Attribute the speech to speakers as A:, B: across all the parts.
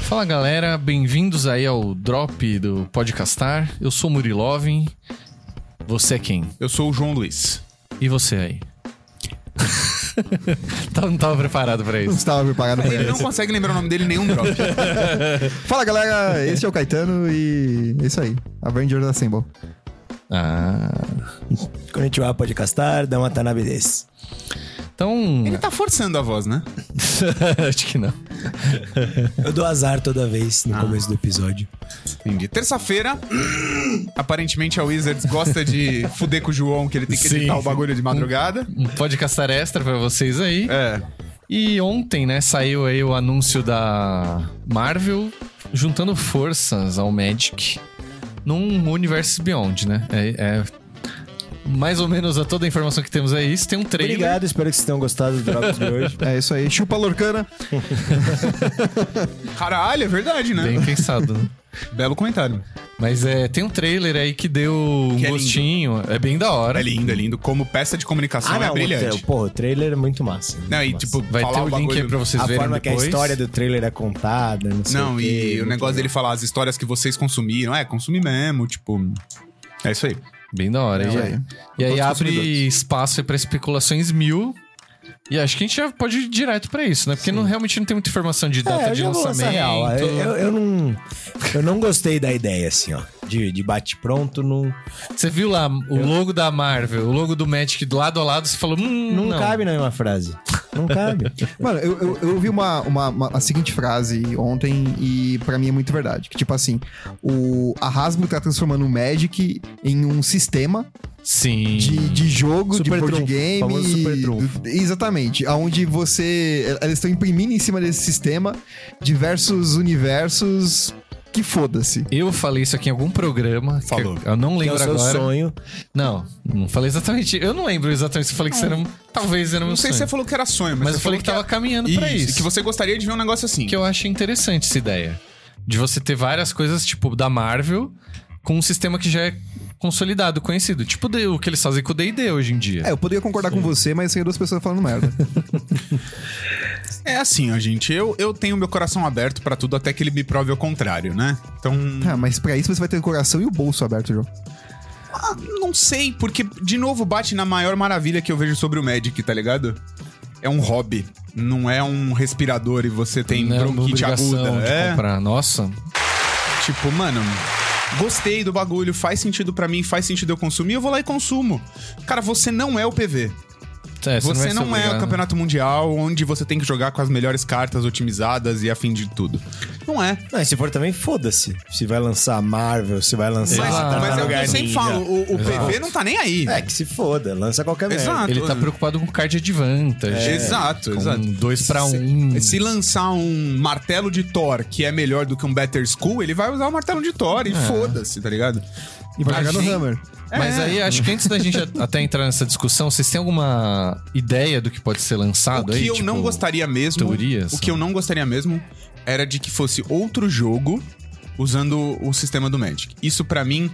A: Fala galera, bem-vindos aí ao Drop do Podcastar. Eu sou Murilovin. Você é quem?
B: Eu sou o João Luiz.
A: E você aí? Tá- Não tava preparado pra
C: Não
A: isso.
C: estava preparado pra
B: Ele não
C: isso.
B: consegue lembrar o nome dele em nenhum drop.
C: Fala galera, esse é o Caetano e é isso aí. Avengers Assemble.
A: Ah.
D: Konnichiwa Podcastar, dá uma tá tanabe desse.
A: Então.
B: Ele tá forçando a voz, né?
A: Acho que não.
D: Eu dou azar toda vez
B: Ah.
D: no começo do episódio.
B: Entendi. Terça-feira, aparentemente a Wizards gosta de fuder com o João, que ele tem que
A: Sim.
B: editar o bagulho de madrugada.
A: Um podcastar extra pra vocês aí.
B: É.
A: E ontem, né, saiu aí o anúncio da Marvel juntando forças ao Magic num Universo Beyond, né? É, é mais ou menos a toda a informação que temos é isso. Tem um trailer.
D: Obrigado, espero que vocês tenham gostado do Drops de hoje.
C: É isso aí. Chupa Lorcana.
B: Caralho, é verdade, né?
A: Bem pensado. né?
B: Belo comentário.
A: Mas é, tem um trailer aí que deu um
B: Que é lindo.
A: gostinho. É bem da hora.
B: É lindo, é lindo. Como peça de comunicação é
D: Ah, o
B: brilhante.
D: tra- Pô, o trailer é muito massa. muito
B: Não, e
D: massa.
B: tipo,
A: Vai
B: falar
A: ter o link aí
B: bagulho...
A: pra vocês
D: a
A: verem
D: forma que a
A: depois.
D: história do trailer é contada, não sei
B: Não,
D: o quê,
B: e o
D: muito
B: negócio dele
D: legal.
B: falar as histórias que vocês consumiram. É, consumir mesmo, tipo. É isso aí.
A: Bem da hora.
C: É,
A: e
C: ué.
A: aí, e aí
B: Todos
A: abre
B: consumidores.
A: espaço aí pra especulações mil. E acho que a gente já pode ir direto pra isso, né? Porque não, realmente não tem muita informação de data
D: É, eu
A: de
D: já vou lançar
A: lançamento.
D: real. Eu, eu- eu não, eu não gostei da ideia, assim, ó. De, de bate-pronto, não,
A: Você viu lá o logo da Marvel, o logo do Magic do lado a lado, você falou, hum,
D: não,
A: não,
D: cabe na mesma frase. Não cabe. é
C: Mano, eu, eu, eu ouvi uma, uma, uma- a seguinte frase ontem e pra mim é muito verdade. Que tipo assim, o, a Hasbro tá transformando o Magic em um sistema
A: Sim.
C: de, de jogo,
D: Super
C: de board
D: trunfo,
C: game.
D: famoso super trunfo.
C: do- exatamente. Onde você. Eles estão imprimindo em cima desse sistema diversos universos que foda-se.
A: Eu falei isso aqui em algum programa. que
B: Falou.
A: eu não
D: Que é
A: lembro
D: o seu
A: agora.
D: sonho.
A: Não, não falei exatamente. Eu não lembro exatamente. Você falei que você era. um- Talvez era meu
B: É. Não sei se
A: sonho.
B: você falou que era sonho, mas.
A: Mas eu
B: você
A: falei que tava
B: falou
A: caminhando
B: era-
A: pra
B: Isso,
A: isso.
B: e Que você gostaria de ver um negócio assim.
A: que eu acho interessante essa ideia. De você ter várias coisas, tipo, da Marvel, com um sistema que já é consolidado, conhecido. Tipo D- o que eles fazem com o D&D hoje em dia.
C: É, eu poderia concordar com você, mas seria duas pessoas falando merda.
B: É assim, ó, gente. Eu, eu tenho meu coração aberto pra tudo até que ele me prove o contrário, né? Então,
C: Ah, mas pra isso você vai ter o coração e o bolso aberto, João.
B: ah, não sei, porque de novo bate na maior maravilha que eu vejo sobre o Magic, tá ligado? É um hobby, não é um respirador e você tem
A: Não é uma
B: bronquite
A: obrigação
B: aguda.
A: de
B: É,
A: comprar. Nossa,
B: tipo, mano, gostei do bagulho, faz sentido pra mim, faz sentido eu consumir, eu vou lá e consumo. Cara, você não é o PV.
A: É,
B: Você
A: vai
B: não,
A: ser
B: é o
A: obrigado.
B: campeonato mundial onde você tem que jogar com as melhores cartas otimizadas e afim de tudo. Não é.
D: Não, e se for também, foda-se. Se vai lançar Marvel, se vai lançar.
B: Mas,
A: Exato.
B: mas é o que eu
D: Tartaruga
B: sempre
D: Ninja.
B: falo, o, o PV não tá nem aí.
D: É, que se foda, lança qualquer merda.
B: Exato.
A: Ele tá preocupado com card advantage.
B: É. exato,
A: com
B: exato.
A: dois pra
B: Se-
A: um.
B: Se lançar um martelo de Thor que é melhor do que um Better School, ele vai usar o martelo de Thor
A: É.
B: e foda-se, tá ligado?
C: E vai jogar no
B: Achei-
C: Hammer.
A: Mas
B: É.
A: aí, acho que antes da gente a- até entrar nessa discussão, vocês têm alguma ideia do que pode ser
B: O
A: lançado
B: que
A: aí?
B: eu
A: Tipo,
B: não gostaria mesmo.
A: teorias,
B: o que eu não gostaria mesmo era de que fosse outro jogo usando o sistema do Magic. Isso pra mim,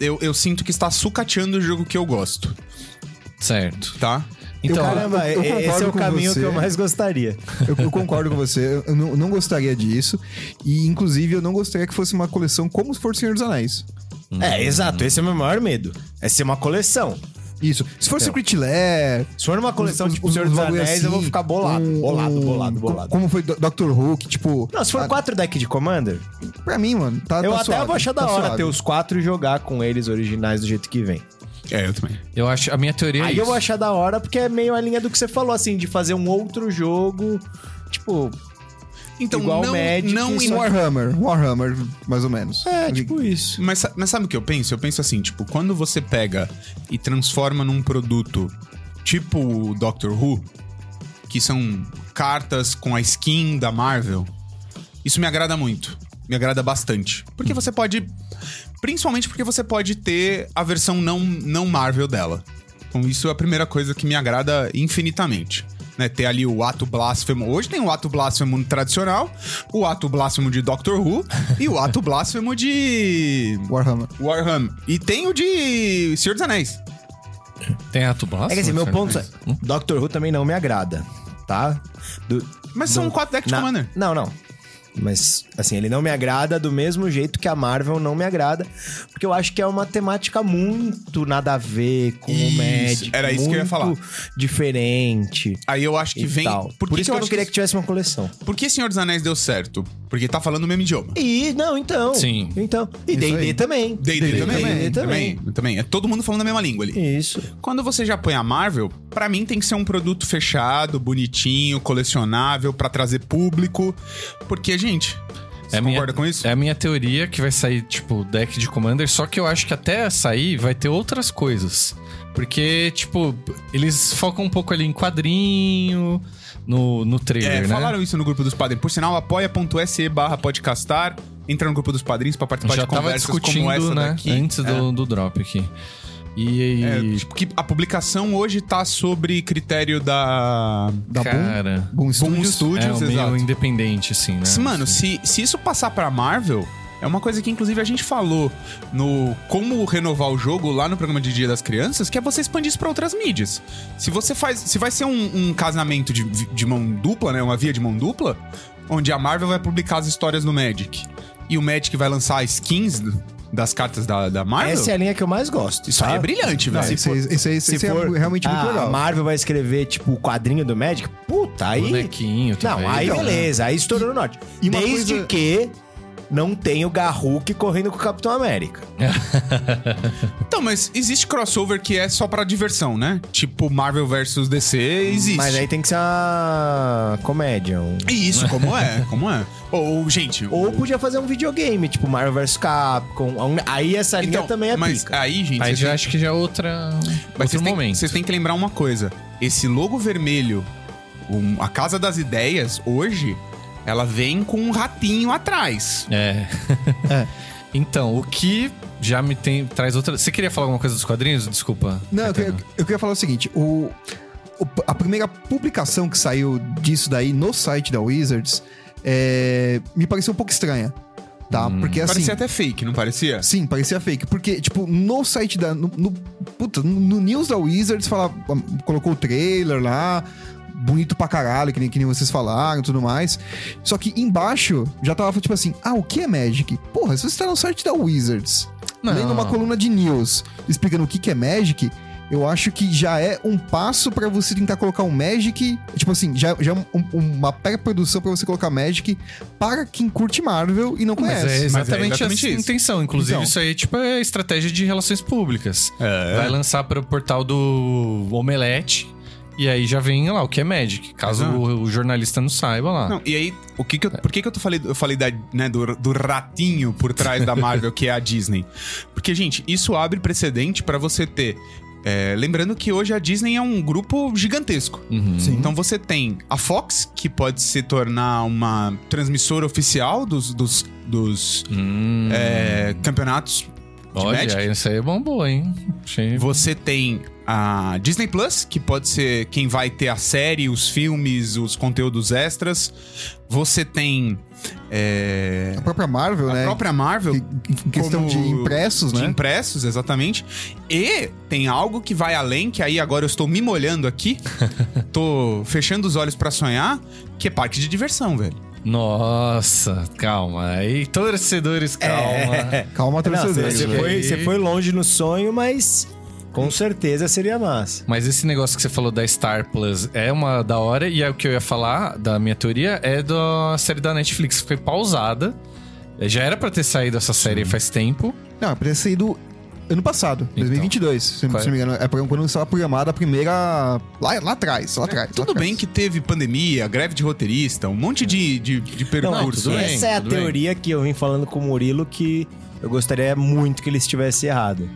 B: eu, eu sinto que está sucateando o jogo que eu gosto,
A: Certo.
B: tá?
A: Então,
D: Caramba,
C: eu- eu
D: e- esse
C: concordo
D: é o
C: com
D: caminho
C: você.
D: que eu mais gostaria.
C: Eu, eu concordo com você, eu não, não gostaria disso. E, inclusive, eu não gostaria que fosse uma coleção como se fosse o Senhor dos Anéis. Hum.
A: hum,
D: É, exato. Esse é o meu maior medo. É ser uma coleção.
C: Isso. Se fosse o Secret Lair...
D: Se for É. uma coleção
C: os-
D: tipo
C: os-
D: Senhor
C: os
D: dos
C: bagulho
D: Anéis, eu vou
C: assim,
D: ficar bolado.
C: um-
D: bolado,
C: um-
D: bolado, bolado.
C: Como foi Do- Doctor Who, que, tipo...
D: Não, se for
C: ah,
D: quatro decks de Commander,
C: Pra mim, mano, tá
D: eu
C: tá
D: até
C: suave,
D: vou achar da
C: tá
D: hora
C: suave.
D: ter os quatro e jogar com eles originais do jeito que vem.
B: É, eu também.
A: eu acho. A minha teoria é
D: Aí
A: isso.
D: eu vou achar da hora porque é meio a linha do que você falou, assim, de fazer um outro jogo, tipo...
B: Então,
D: Igual
B: não,
D: Magic,
B: não
D: só
B: em-
C: Um Warhammer, Warhammer, mais ou menos. Tá
D: É, tipo isso.
B: Mas, sa- mas sabe o que eu penso? Eu penso assim, tipo, quando você pega e transforma num produto tipo o Doctor Who, que são cartas com a skin da Marvel, isso me agrada muito. Me agrada bastante. Porque você pode. Principalmente porque você pode ter a versão não, não Marvel dela. Então, isso é a primeira coisa que me agrada infinitamente. Né, ter ali o ato blasfemo. Hoje tem o ato blasfemo tradicional, o ato blasfemo de Doctor Who e o ato blasfemo de.
C: Warhammer.
B: Warhammer. E tem o de Senhor dos Anéis.
A: Tem ato blasfemo,
D: É que assim, meu
A: Senhor
D: ponto é.
A: Anéis?
D: Doctor Who também não me agrada, tá? Do-
B: Mas são
D: do-
B: quatro decks de
D: na-
B: Commander.
D: Não, não. Mas, assim, ele não me agrada do mesmo jeito que a Marvel não me agrada, porque eu acho que é uma temática muito nada a ver com o
B: Isso,
D: médico.
B: era isso que eu ia
D: muito
B: falar.
D: Diferente.
B: Aí eu acho que
D: e
B: vem.
D: tal. Por, isso que eu não
B: acho
D: queria que tivesse uma coleção.
B: Por que Senhor dos Anéis deu certo? Porque tá falando o mesmo idioma.
D: E, não, então.
A: Sim.
D: Então. E
C: Isso
D: D&D
C: aí.
D: também.
B: D&D também,
D: D&D
B: também,
D: também.
B: também, É todo mundo falando a mesma língua ali.
D: Isso.
B: Quando você já põe a Marvel, pra mim tem que ser um produto fechado, bonitinho, colecionável, pra trazer público. Porque, gente, você
A: É minha-
B: concorda com isso?
A: É a minha teoria que vai sair, tipo, deck de Commander, só que eu acho que até sair vai ter outras coisas. Porque, tipo, eles focam um pouco ali em quadrinho, no, no trailer,
B: É,
A: né?
B: falaram isso no grupo dos padrinhos. Por sinal, apoia.se barra podcastar. Entra no grupo dos padrinhos pra participar
A: Já
B: de
A: tava
B: conversas como
A: discutindo,
B: essa
A: né?
B: daqui.
A: Antes
B: É.
A: do, do drop aqui. E,
B: É, tipo, que a publicação hoje tá sobre critério da
C: Da Boom,
A: cara,
C: Boom
B: Boom
C: Studios.
A: é
B: Studios,
A: um meio
B: exato.
A: independente, assim,
D: É,
A: né?
B: Se- Mano, se, se isso passar pra Marvel, é uma coisa que inclusive a gente falou no Como Renovar o Jogo lá no programa de Dia das Crianças, que é você expandir isso pra outras mídias. Se você faz. Se vai ser um, um casamento de, de mão dupla, né? Uma via de mão dupla, onde a Marvel vai publicar as histórias no Magic. E o Magic vai lançar skins do- das cartas da, da Marvel.
D: Essa é Ah, a linha que eu mais gosto.
B: Isso aí é
D: sabe?
B: brilhante,
C: Não,
B: velho.
C: isso, aí- isso aí- isso aí é realmente muito
D: ah, A
C: legal.
D: Marvel vai escrever, tipo, o quadrinho do Magic. Puta, aí.
A: Bonequinho,
D: Não,
A: talvez,
D: aí
A: né?
D: beleza, aí estourou no norte.
C: e uma
D: Desde
C: coisa-
D: que não tem o Garruk correndo com o Capitão América.
B: Então, mas existe crossover que é só pra diversão, né? Tipo Marvel versus DC, existe.
D: Mas aí tem que ser uma comédia. um-
B: Isso,
A: Né?
B: como é, como é. Ou, gente.
D: Ou podia fazer um videogame, tipo Marvel vs Capcom. um- Aí essa linha também é
B: então, mas
D: pica.
B: aí, gente,
A: Aí
B: vocês
A: já
B: têm-
A: acho que já é outra,
B: mas
A: outro
B: vocês, têm,
A: momento.
B: vocês têm que lembrar uma coisa. Esse logo vermelho, um- a Casa das Ideias, hoje, ela vem com um ratinho atrás.
A: É. Então, o que já me tem, traz outra. Você queria falar alguma coisa dos quadrinhos? Desculpa.
C: Não, eu
A: Caetano.
C: queria, eu queria falar o seguinte: o, o- a primeira publicação que saiu disso daí no site da Wizards é, me pareceu um pouco estranha. Tá?
D: É
C: Porque assim.
B: parecia até fake, não parecia?
C: Sim, parecia fake. Porque, tipo, no site da. No, no- puta, no- no news da Wizards fala, hum, colocou o trailer lá, bonito pra caralho, que nem, que nem vocês falaram e tudo mais. Só que embaixo já tava tipo assim: ah, o que é Magic? Porra, se você tá no site da Wizards,
A: Não.
C: lendo uma coluna de news explicando o que, que é Magic. Eu acho que já é um passo pra você tentar colocar o Magic. Tipo assim, já, já é um- uma pré-produção pra você colocar Magic para quem curte Marvel e não
A: Mas é
C: conhece.
A: exatamente,
B: exatamente
A: essa
B: isso.
A: intenção. Inclusive,
C: Então.
A: isso aí tipo, é estratégia de relações públicas.
B: É.
A: Vai lançar para o portal do Omelete. E aí já vem lá o que é Magic, caso
B: Exato.
A: o, o jornalista não saiba lá.
B: Não, e aí, o que que
A: É.
B: eu, por que, que eu tô falei, eu falei da, né, do, do ratinho por trás da Marvel, que é a Disney? Porque, gente, isso abre precedente pra você ter. é, lembrando que hoje a Disney é um grupo gigantesco.
A: Uhum.
C: Sim.
B: Então você tem a Fox, que pode se tornar uma transmissora oficial dos, dos, dos,
A: Hum.
B: é, campeonatos. de Magic.
A: Olha, isso aí é bombou, hein? Achei...
B: Você tem a Disney Plus, que pode ser quem vai ter a série, os filmes, os conteúdos extras. Você tem é,
C: A própria Marvel,
B: a
C: né?
B: própria Marvel.
C: Que- em questão
B: como-
C: de impressos,
B: de
C: né?
B: impressos, exatamente. E tem algo que vai além, que aí agora eu estou me molhando aqui, tô fechando os olhos pra sonhar, que é parte de diversão, velho.
A: Nossa, calma. Aí, torcedores,
B: É.
A: calma.
C: Calma,
D: Não, você,
C: torcedores.
D: você
A: velho.
D: foi, você foi longe no sonho, mas com certeza seria massa.
A: Mas esse negócio que você falou da Star Plus é uma da hora, e é o que eu ia falar da minha teoria é da série da Netflix que foi pausada. Eh, Já era pra ter saído essa série faz tempo.
C: Não, podia ter saído ano passado, 2022, se, não-
A: Qual é?
C: se não me engano. É pra- quando estava programada a primeira. Lá, lá atrás, lá atrás. lá
B: Tudo
C: atrás.
B: bem que teve pandemia, greve de roteirista, um monte de, de, de percurso. né?
A: tudo bem.
D: essa é a
A: tudo bem.
D: teoria que eu vim falando com o Murilo que eu gostaria muito que ele estivesse errado.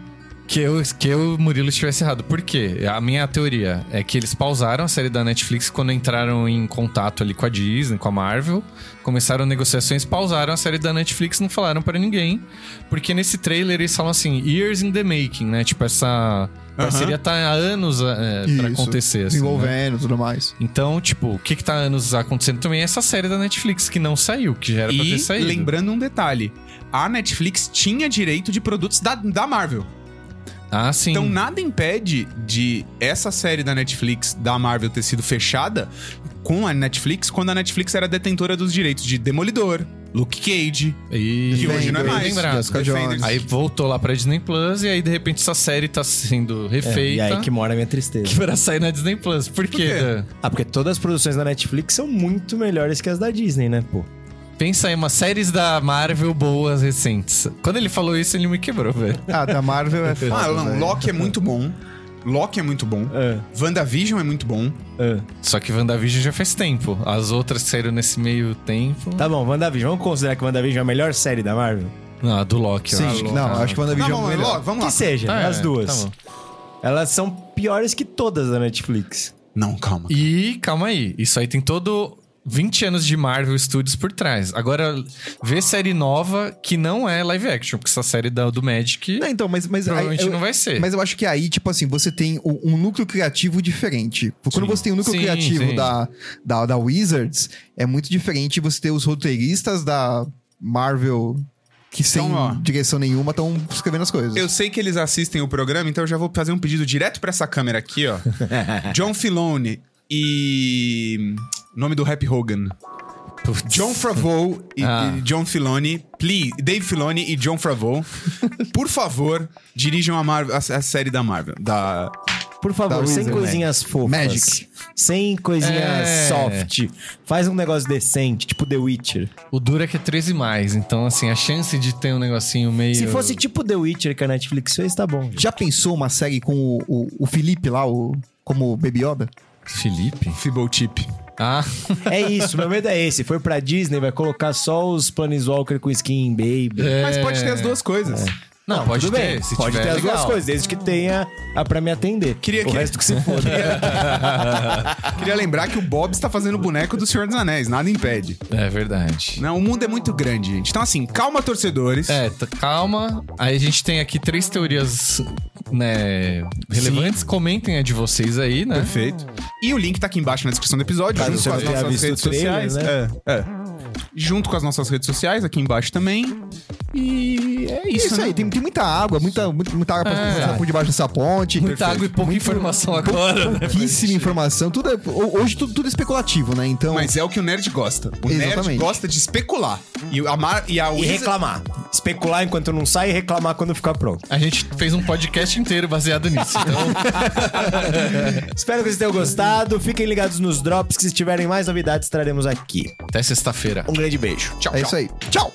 A: Que eu, que eu Murilo estivesse errado. Por quê? A minha teoria é que eles pausaram a série da Netflix quando entraram em contato ali com a Disney, com a Marvel. Começaram negociações, pausaram a série da Netflix, não falaram pra ninguém. Porque nesse trailer eles falam assim, years in the making, né? Tipo, essa parceria tá há anos eh, pra
C: Isso.
A: acontecer. Assim, né?
C: Desenvolvendo e tudo mais.
A: Então, tipo, o que que tá anos acontecendo também é essa série da Netflix que não saiu, que já era pra ter
B: E
A: saído.
B: lembrando um detalhe: a Netflix tinha direito de produtos da, da Marvel.
A: Ah, sim.
B: Então nada impede de essa série da Netflix, da Marvel, ter sido fechada com a Netflix quando a Netflix era detentora dos direitos de Demolidor, Luke Cage.
A: e...
B: que hoje não é
C: Defenders,
B: mais.
A: Lembrado.
C: Jessica
B: Defenders.
C: Jones.
A: Aí voltou lá pra Disney Plus e aí de repente essa série tá sendo
D: É, e
A: refeita.
D: aí que
A: que...
D: mora a minha tristeza.
A: Pra sair na Disney Plus. Por quê?
B: quê?
A: Dan?
D: Ah, porque todas as produções da Netflix são muito melhores que as da Disney, né, pô?
A: Pensa aí, umas séries da Marvel boas recentes. Quando ele falou isso, ele me quebrou, velho.
C: Ah, da Marvel é
B: Ah,
C: foda,
B: não,
C: velho.
B: Loki é muito bom. Loki é muito bom.
D: Ah,
B: WandaVision é muito bom.
D: ah.
A: Só que WandaVision já faz tempo. As outras que saíram nesse meio tempo.
D: Tá bom, WandaVision. Vamos considerar que WandaVision é a melhor série da Marvel?
A: Não, a Ah, do Loki,
C: Sim,
A: eu Ah,
C: acho que- não, acho que o
B: Não,
C: WandaVision é
B: não,
C: o
B: é
C: melhor.
B: Loki, vamos
D: Que
B: lá.
D: seja,
A: Tá,
D: as
A: é, tá
D: duas.
A: bom.
D: Elas são piores que todas da Netflix.
B: Não, calma.
A: E calma aí, isso aí tem todo 20 anos de Marvel Studios por trás. Agora, vê série nova que não é live action, porque essa série da, do Magic
C: Não, então, mas, mas aí-
A: provavelmente
C: eu-
A: não vai ser.
C: Mas eu acho que aí, tipo assim, você tem o- um núcleo criativo diferente. Porque Quando você tem o núcleo
A: Sim,
C: criativo
A: sim.
C: Da, da, da Wizards, é muito diferente você ter os roteiristas da Marvel que sem
B: Então, ó.
C: direção nenhuma estão escrevendo as coisas.
B: Eu sei que eles assistem o programa, então eu já vou fazer um pedido direto pra essa câmera aqui, ó. John Filone e. Nome do Happy Hogan.
A: Putz.
B: John Favreau e,
A: Ah.
B: e John Filone, please, Dave Filone e John Favreau, por favor, dirijam a, Marvel- a- a série da Marvel, da
D: Por favor,
C: Da
D: sem
C: Tá, Wizard.
D: coisinhas fofas.
C: Magic.
D: Sem coisinhas
A: É.
D: soft. Faz um negócio decente, tipo The Witcher.
A: O duro é que é 13 mais, então assim, a chance de ter um negocinho meio
D: Se fosse tipo The Witcher que a Netflix fez, tá bom.
C: Já pensou uma série com o, o, o Felipe lá, o, como o Baby Yoda?
A: Felipe?
B: Fibotip.
A: Ah,
D: É isso, meu medo é esse. Foi pra Disney, vai colocar só os Planeswalker com skin Baby.
A: É.
B: Mas pode ter as duas coisas.
A: não, pode
D: tudo
A: ter,
D: bem.
A: se
D: pode
A: tiver
D: ter as
A: legal.
D: duas coisas, desde que tenha a pra me atender.
B: É Queria
D: o
B: que-
D: resto que se foda. É, tipo,
A: É.
B: Queria lembrar que o Bob está fazendo o boneco do Senhor dos Anéis, nada impede.
A: É verdade.
B: Não, o mundo é muito grande, gente. Então assim, calma torcedores.
A: É, t- calma. Aí a gente tem aqui três teorias, né, relevantes. Comentem a de vocês aí, né?
B: Perfeito. E o link tá aqui embaixo na descrição do episódio,
D: Caso
B: junto
D: você
B: com as
D: não tenha
B: nossas
D: visto
B: redes
D: o trailer, né?
B: sociais. É, é. Junto com as nossas redes sociais, aqui embaixo também. E é
C: Isso,
B: isso, né?
C: aí, tem, tem muita água, muita, muita, muita água pra passar por debaixo dessa ponte.
A: Muita água e pouca informação agora, né?
C: Pouquíssima informação. Tudo é- ho- hoje tudo, tudo é especulativo, né? Então.
B: Mas é o que o nerd gosta. O nerd
C: Exatamente.
B: gosta de especular. E a, Mar e a
D: E
B: Wizard-
D: reclamar. Especular enquanto não sai e reclamar quando ficar pronto.
A: A gente fez um podcast inteiro baseado nisso. Então,
D: Espero que vocês tenham gostado. Fiquem ligados nos drops que se tiverem mais novidades, traremos aqui.
A: até sexta-feira.
D: Um grande beijo.
B: Tchau,
C: é
B: tchau.
C: isso aí. Tchau!